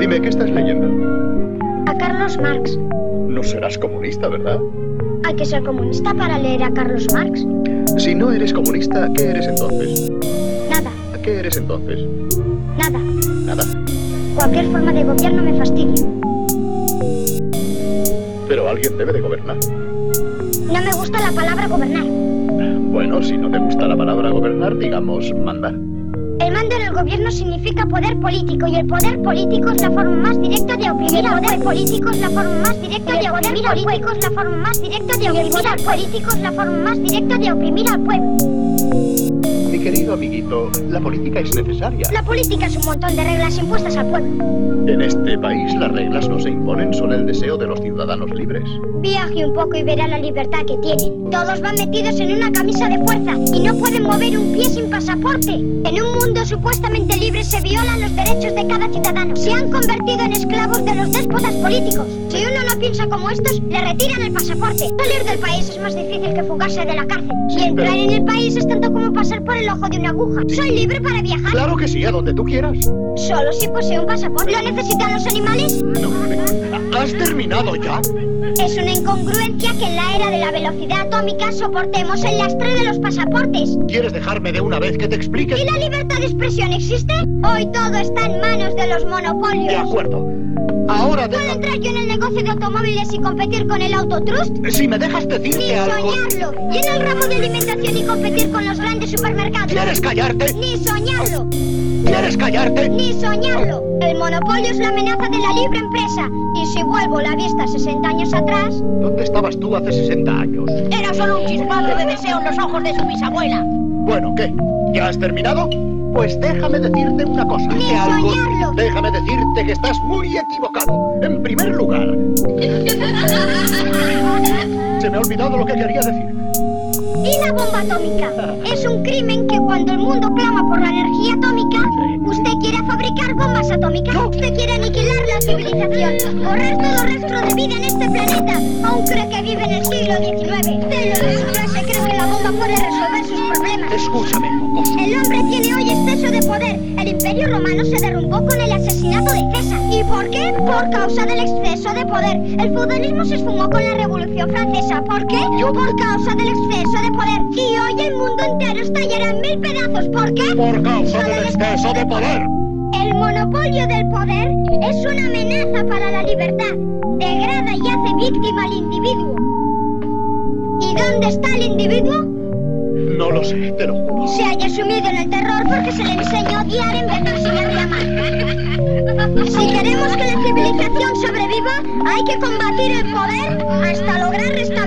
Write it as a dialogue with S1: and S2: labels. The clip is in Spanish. S1: Dime, ¿qué estás leyendo?
S2: A Carlos Marx.
S1: No serás comunista, ¿verdad?
S2: Hay que ser comunista para leer a Carlos Marx.
S1: Si no eres comunista, ¿qué eres entonces?
S2: Nada,
S1: ¿Qué eres entonces?
S2: nada.
S1: Nada.
S2: Cualquier forma de gobierno me fastidia.
S1: Pero alguien debe de gobernar.
S2: No me gusta la palabra gobernar.
S1: Bueno, si no te gusta la palabra gobernar, digamos mandar.
S2: El mando en el gobierno significa poder político y el poder político es la forma más directa de oprimir al poder político es la forma más directa de oprimir al político es la forma más directa de oprimir al político es la forma más directa de oprimir al pueblo.
S1: Mi querido amiguito, la política es necesaria.
S2: La política es un montón de reglas impuestas al pueblo.
S1: En este país las reglas no se imponen, son el deseo de los ciudadanos libres.
S2: Viaje un poco y verá la libertad que tienen. Todos van metidos en una camisa de fuerza y no pueden mover un pie sin pasaporte. En un mundo supuestamente libre se violan los derechos de cada ciudadano. Se han convertido en esclavos de los déspotas políticos. Si uno no piensa como estos, le retiran el pasaporte. Salir del país es más difícil que fugarse de la cárcel. Y entrar en el país es tanto como pasar por el ojo de una aguja. Soy libre para viajar.
S1: Claro que sí, a donde tú quieras.
S2: Solo si posee un pasaporte. ¿Lo necesitan los animales?
S1: No. ¿Has terminado ya?
S2: Es una incongruencia que en la era de la velocidad atómica soportemos el lastre de los pasaportes.
S1: ¿Quieres dejarme de una vez que te explique?
S2: ¿Y la libertad de expresión existe? Hoy todo está en manos de los monopolios.
S1: De acuerdo. Ahora
S2: ¿Puedo
S1: deja...
S2: entrar yo en el negocio de automóviles y competir con el Autotrust?
S1: Si me dejas
S2: Ni
S1: decirte algo...
S2: soñarlo. ¿Y en el ramo de alimentación y competir con los grandes supermercados?
S1: ¿Quieres callarte?
S2: Ni soñarlo.
S1: ¿Quieres callarte?
S2: Ni soñarlo. El monopolio es la amenaza de la libre empresa. Y si vuelvo la vista 60 años atrás,
S1: ¿Dónde estabas tú hace 60 años?
S2: era solo un chispazo de deseo en los ojos de su bisabuela.
S1: Bueno, ¿qué? ¿Ya has terminado? Pues déjame decirte una cosa.
S2: Ni
S1: que algo-
S2: soñarlo.
S1: Déjame decirte que estás muy equivocado. En primer lugar, se me ha olvidado lo que quería decir.
S2: Y la bomba atómica. Es un crimen que cuando el mundo clama por la energía atómica,
S1: Sí.
S2: usted quiere fabricar bombas atómicas. Usted quiere aniquilar la civilización, borrar todo rastro de vida en este planeta. Aún cree que vive en el siglo XIX. Celo de su clase cree que la bomba puede resolver sus problemas.
S1: Escúchame, mocoso.
S2: El hombre tiene hoy exceso de poder. El imperio romano se derrumbó con el asesinato de César. ¿Y por qué? Por causa del exceso de poder. El feudalismo se esfumó con la revolución francesa. ¿Por qué?
S1: Yo-
S2: Por causa del exceso de poder. Y hoy el mundo entero estallará en mil pedazos. ¿Por qué?
S1: Por causa del exceso de poder.
S2: El monopolio del poder es una amenaza para la libertad. Degrada y hace víctima al individuo. ¿Y dónde está el individuo?
S1: No lo sé, te lo juro.
S2: se haya sumido en el terror porque se le enseñó a odiar en vez de enseñarle a amar. Si queremos que la civilización sobreviva, hay que combatir el poder hasta lograr restablecer